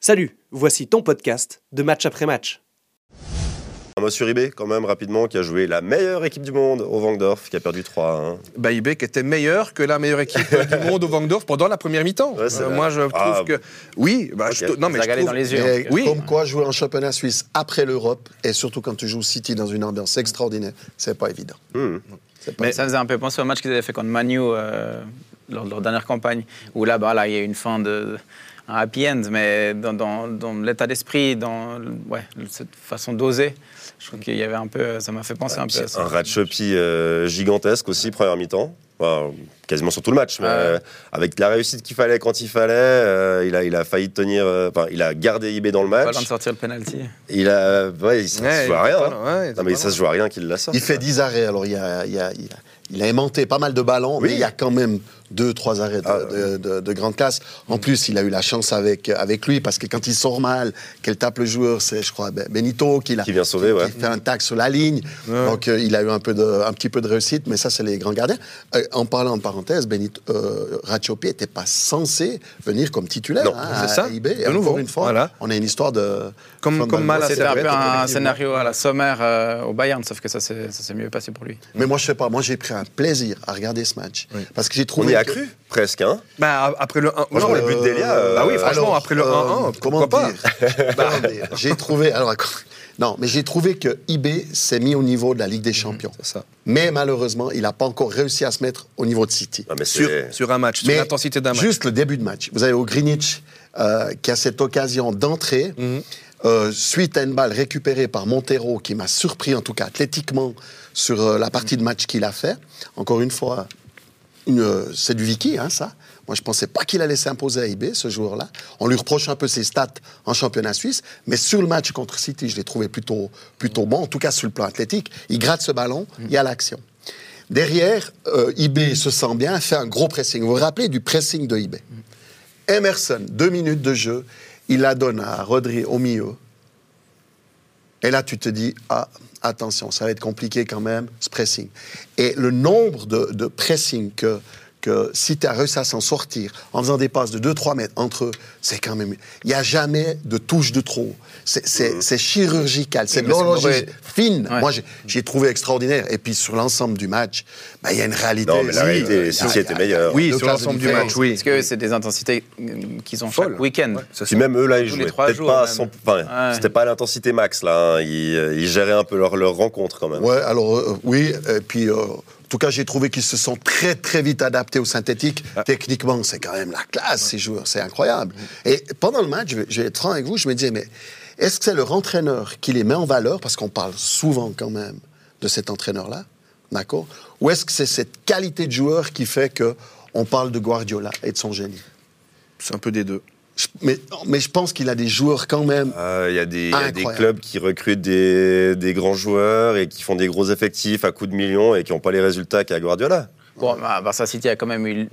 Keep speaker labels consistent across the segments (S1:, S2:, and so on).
S1: Salut, voici ton podcast de match après match.
S2: Monsieur Ribé, quand même, rapidement, qui a joué la meilleure équipe du monde au Vangdorf, qui a perdu hein. 3-1.
S3: Baïbé qui était meilleur que la meilleure équipe du monde au Vangdorf pendant la première mi-temps.
S2: Ouais, c'est
S3: Euh,
S2: vrai.
S3: moi, je trouve
S2: Ah,
S3: que. Oui, bah,
S2: ok.
S3: je, trou- non, mais je
S4: Zagallet
S3: trouve-
S4: dans les yeux.
S5: Et
S3: Oui.
S5: Comme quoi, jouer en championnat suisse après l'Europe, et surtout quand tu joues City dans une ambiance extraordinaire, c'est pas évident.
S2: Hmm.
S5: C'est pas
S4: Mais ça faisait un peu penser au match qu'ils avaient fait contre Manu euh, lors de leur dernière campagne, où là, bah, là, il y a eu une fin de un happy end, mais dans, dans- dans l'état d'esprit, dans ouais, cette façon d'oser, je trouve qu'il y avait un peu, ça m'a fait penser un peu à
S2: C'est
S4: ça.
S2: un ratchopi gigantesque aussi, première mi-temps. Enfin, quasiment sur tout le match, mais
S4: Ouais.
S2: euh, avec la réussite qu'il fallait quand il fallait, euh, il, a, il a failli tenir. euh, Enfin, il a gardé IB dans le
S4: Pas loin de
S2: match.
S4: sortir le penalty.
S2: Il a. Ouais, il- ça
S3: Ouais,
S2: se
S3: il
S2: joue à
S3: était
S2: rien.
S3: pas
S2: hein.
S3: loin, ouais, il était
S2: Non, mais
S3: pas
S2: ça se joue à rien qu'il la sorte.
S5: Il fait 10 arrêts, alors il y a, il y a- il y a- il a inventé pas mal de ballons,
S2: Oui.
S5: mais il y a quand même deux, trois arrêts de,
S2: Ah,
S5: de- de- de grande classe. En plus, il a eu la chance avec, avec lui, parce que quand il sort mal, qu'elle tape le joueur, c'est, je crois, Ben- Benito qui, l'a-
S2: Qui vient sauver, ouais.
S5: qui fait un tac sur la ligne.
S3: Ouais.
S5: Donc, euh, il a eu un, peu de, un petit peu de réussite, mais ça, c'est les grands gardiens. Euh, en parlant de parenthèse, Benito, euh, Ratiopi n'était pas censé venir comme titulaire
S2: Non,
S5: hein,
S3: c'est
S5: à
S3: ça,
S5: IB.
S3: de
S5: Et encore
S3: nouveau,
S5: une fois,
S3: voilà.
S5: on a une histoire de...
S3: Comme-
S5: fin de
S3: comme
S5: balle.
S3: mal à
S4: C'était
S3: c'est
S4: un peu
S3: vrai,
S4: un
S3: Ah, effectivement.
S4: scénario à la sommaire euh, au Bayern, sauf que ça s'est ça s'est mieux passé pour lui.
S5: Mais moi, je sais pas. Moi, j'ai pris un plaisir à regarder ce match. Parce que j'ai
S2: On
S5: trouvé.
S2: y a
S5: que-
S2: cru, presque. Hein.
S3: Bah, a- après le 1
S2: Moi, je vois le but d'Elia. euh,
S3: bah oui, franchement, après le 1-1,
S5: comment
S3: pourquoi pas
S5: dire Comment dire J'ai trouvé. Alors, non, mais j'ai trouvé que IB s'est mis au niveau de la
S2: Mhm.
S5: Ligue des Champions.
S3: c'est ça.
S5: Mais malheureusement, il n'a pas encore réussi à se mettre au niveau de City.
S2: Ah, mais
S3: sur,
S2: c'est-
S3: sur un match, sur
S5: Mais
S3: l'intensité d'un match.
S5: Juste le début de match. Vous avez au Greenwich euh, qui a cette occasion d'entrer.
S3: Mhm.
S5: euh, suite à une balle récupérée par Montero, qui m'a surpris en tout cas athlétiquement sur euh, la
S2: Mhm.
S5: partie de match qu'il a fait. Encore une fois, une, euh, c'est du Vicky, hein, ça. Moi, je pensais pas qu'il allait s'imposer à IB ce jour-là. On lui reproche un peu ses stats en championnat suisse, mais sur le match contre City, je l'ai trouvé plutôt, plutôt bon, en tout cas sur le plan athlétique. Il gratte ce ballon, il y a l'action. Derrière, euh, IB se sent bien, fait un gros pressing. Vous vous rappelez du pressing de IB Emerson, deux minutes de jeu, il la donne à Rodri au milieu. Et là, tu te dis, ah, attention, ça va être compliqué quand même, ce pressing. Et le nombre de, de pressing que, que Cité a réussi à s'en sortir en faisant des passes de 2-3 mètres entre eux, c'est quand même. Il n'y a jamais de touche de trop. C'est- C'est
S2: Mm.
S5: c'est chirurgical, c'est de
S4: mais c'est
S5: l'horlogerie
S4: mauvais.
S5: fine.
S4: Ouais.
S5: Moi, j'ai- j'ai trouvé extraordinaire. Et puis, sur l'ensemble du match, bah, il y a une réalité.
S2: Non, mais la
S5: Oui,
S2: réalité,
S5: euh,
S2: City
S5: il y a-
S2: était meilleure.
S3: Oui,
S5: deux
S3: sur
S5: classes
S3: l'ensemble du
S5: différentes.
S3: match, oui.
S4: Parce que c'est des intensités euh, qu'ils ont
S3: Folle.
S4: chaque week-end.
S3: Ouais, c'est
S2: Puis
S3: ça.
S2: même eux, là, ils
S4: Tous les
S2: jouaient
S4: trois
S2: peut-être
S4: jours,
S2: pas à
S4: même.
S2: 100 enfin,
S4: Ouais.
S2: C'était pas à l'intensité max, là. hein. Ils, euh, ils géraient un peu leur, leur rencontre, quand même.
S5: Ouais, alors euh, oui, et puis euh, en tout cas, j'ai trouvé qu'ils se sont très très vite adaptés au synthétique. Techniquement, c'est quand même la classe ces joueurs, c'est incroyable. Et pendant le match, je vais- je vais être franc avec vous, je me disais mais est-ce que c'est leur entraîneur qui les met en valeur parce qu'on parle souvent quand même de cet entraîneur-là, d'accord Ou est-ce que c'est cette qualité de joueur qui fait que on parle de Guardiola et de son génie
S3: C'est un peu des deux.
S5: Je- mais, mais je pense qu'il a des joueurs quand même.
S2: Euh, Il y a, des, il y a des
S5: Incroyable.
S2: clubs qui recrutent des, des grands joueurs et qui font des gros effectifs à coups de millions et qui n'ont pas les résultats qu'à Guardiola.
S4: Bon, bah, Barça City a quand même eu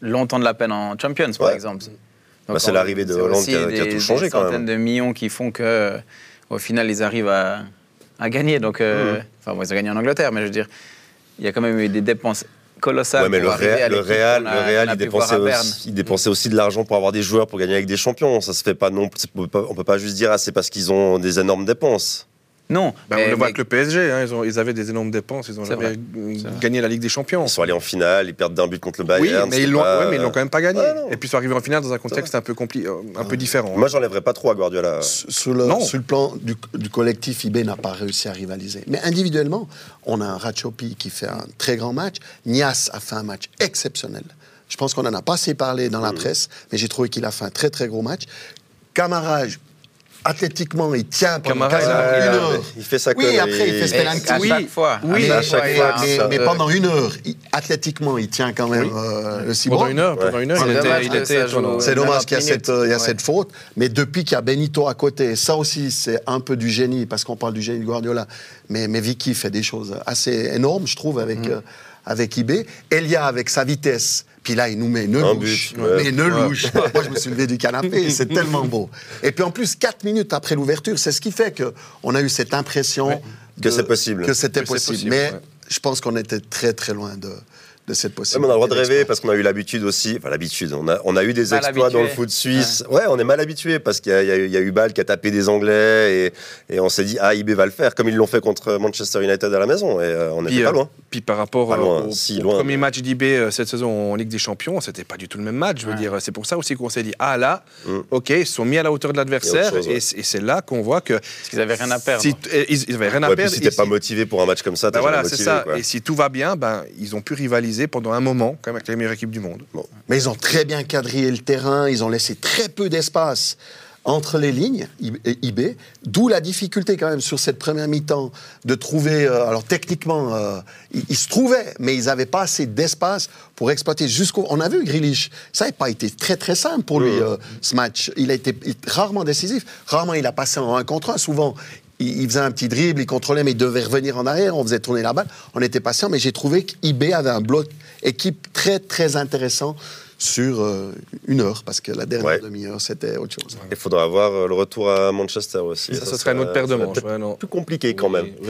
S4: longtemps de la peine en Champions, par
S2: Ouais.
S4: exemple.
S2: Bah,
S4: Donc,
S2: c'est
S4: on-
S2: l'arrivée de
S4: c'est
S2: Hollande
S4: aussi
S2: qui a- qui a
S4: des-
S2: tout changé,
S4: des
S2: quand même.
S4: centaines de millions qui font que, euh, au final, ils arrivent à, à gagner. Donc, euh,
S2: Mhm.
S4: enfin, bon, ils ont gagné en Angleterre, mais je veux dire, il y a quand même eu des dépenses colossales.
S2: Ouais, mais
S4: pour
S2: le
S4: arriver à
S2: Real, le
S4: l'équipe
S2: Real,
S4: qu'on a-
S2: le Real,
S4: qu'on a
S2: il
S4: pu voir
S2: dépensait,
S4: à Berne.
S2: aussi, il dépensait aussi de l'argent pour avoir des joueurs pour gagner avec des champions. Ça se fait pas non, c'est pas- on peut pas juste dire ah c'est parce qu'ils ont des énormes dépenses.
S4: Non,
S3: Bah,
S4: mais-
S3: on le voit
S4: mais-
S3: avec le PSG, hein, ils, ont- ils avaient des énormes dépenses, ils ont
S4: C'est
S3: jamais euh,
S4: C'est vrai.
S3: gagné la Ligue des Champions.
S2: Ils sont allés en finale, ils perdent d'un but contre le
S3: Oui,
S2: Bayern.
S3: mais
S2: c'est
S3: ils l'ont
S2: pas-
S3: ouais, mais ils l'ont quand même pas gagné.
S2: Ouais, non.
S3: Et puis ils sont arrivés en finale dans un contexte un peu, compli- euh, un peu différent.
S2: Moi, j'enlèverais pas trop à Guardiola.
S5: sur le,
S3: Euh, Non.
S5: sur le plan du, du collectif, IB n'a pas réussi à rivaliser. Mais individuellement, on a un Rachopi qui fait un très grand match. Nias a fait un match exceptionnel. Je pense qu'on en a pas assez parlé dans
S3: Mm.
S5: la presse, mais j'ai trouvé qu'il a fait un très très gros match. Camarage, athlétiquement, il tient pendant
S3: Camara,
S5: quasiment
S3: il a-
S5: une
S3: il a-
S5: heure.
S2: Euh, il fait sa
S5: Oui,
S2: connerie.
S5: après, il fait ce
S4: mais
S5: penalty.
S4: à
S3: Oui,
S4: chaque fois.
S3: oui,
S4: chaque
S2: à chaque
S4: fois, il y
S2: fois,
S4: a un-
S5: Mais,
S2: ça-
S5: mais
S4: euh,
S5: pendant une heure, il- athlétiquement, il tient quand même euh, le cibon.
S3: Pendant une heure, pendant
S2: Ouais.
S3: une heure, il
S4: C'est
S3: était,
S4: dommage
S3: il
S4: que
S3: était
S4: ça joue-
S3: pendant-
S5: C'est
S4: 90
S5: dommage qu'il y a,
S4: minutes.
S5: cette, euh, il y a
S4: Ouais.
S5: cette faute, mais depuis qu'il y a Benito à côté, ça aussi c'est un peu du génie, parce qu'on parle du génie de Guardiola, mais, mais Vicky fait des choses assez énormes, je trouve, avec, euh, avec IB. Elia avec sa vitesse, puis là il nous met une
S2: Un
S5: louche,
S2: but, ouais.
S5: mais une louche. Moi je me suis levé du canapé, c'est tellement beau. Et puis en plus, 4 minutes après l'ouverture, c'est ce qui fait qu'on a eu cette impression
S2: Que
S5: de-
S2: c'est possible.
S5: que c'était
S3: Que c'est
S5: possible.
S3: possible,
S5: Mais
S3: ouais.
S5: je pense qu'on était très très loin de, de
S2: Ouais,
S5: cette
S2: mais
S5: possibilité.
S2: on a le droit de rêver
S5: d'exploiter.
S2: parce qu'on a eu l'habitude aussi, enfin l'habitude, on a, on a eu des
S4: Mal
S2: exploits dans le
S4: habitué.
S2: foot suisse. Ouais, on est mal habitué parce qu'il y, a- il y a eu- il y a eu Bâle qui a tapé des Anglais et, et on s'est dit, ah, IB va le faire, comme ils l'ont fait contre Manchester United à la maison et euh, on
S3: Puis,
S2: n'était pas
S3: euh,
S2: loin.
S3: Puis par rapport
S2: Pas
S3: euh,
S2: loin,
S3: au,
S2: si
S3: au
S2: loin,
S3: premier
S2: mais-
S3: match d'IB euh, cette saison en Ligue des Champions, c'était pas du tout le même match. Je veux
S4: Ouais.
S3: dire, c'est pour ça aussi qu'on s'est dit ah là,
S2: Mm.
S3: ok, ils se sont mis à la hauteur de l'adversaire
S2: Il y a autre chose, ouais.
S3: et, c'est- et c'est là qu'on voit que
S4: Parce qu'ils n'avaient rien à perdre.
S3: si- et ils, ils avaient rien à
S2: Ouais, puis
S3: perdre.
S2: si
S3: et
S2: t'es pas
S3: si-
S2: motivé pour un match comme ça, t'es
S3: ben
S2: jamais
S3: voilà, c'est
S2: motivé.
S3: ça.
S2: quoi.
S3: Et si tout va bien, ben ils ont pu rivaliser pendant un moment quand même avec les meilleures équipes du monde.
S5: Mais ils ont très bien quadrillé le terrain, ils ont laissé très peu d'espace entre les lignes, I- et IB, d'où la difficulté quand même sur cette première mi-temps de trouver, euh, alors techniquement, euh, ils, ils se trouvaient, mais ils n'avaient pas assez d'espace pour exploiter jusqu'au... On a vu Grilich, ça n'a pas été très très simple pour lui, euh, ce match. Il a été il- rarement décisif, rarement il a passé en un contre un, souvent il, il faisait un petit dribble, il contrôlait, mais il devait revenir en arrière. On faisait tourner la balle. On était patient, mais j'ai trouvé qu'IB avait un bloc équipe très, très intéressant sur euh, une heure, parce que la dernière
S2: Ouais.
S5: demi-heure, c'était autre chose.
S2: Il faudra avoir euh, le retour à Manchester aussi.
S3: Ça, ce serait un autre paire de
S2: ça va
S3: manches,
S2: peut-être
S3: ouais, non.
S2: Plus compliqué quand même.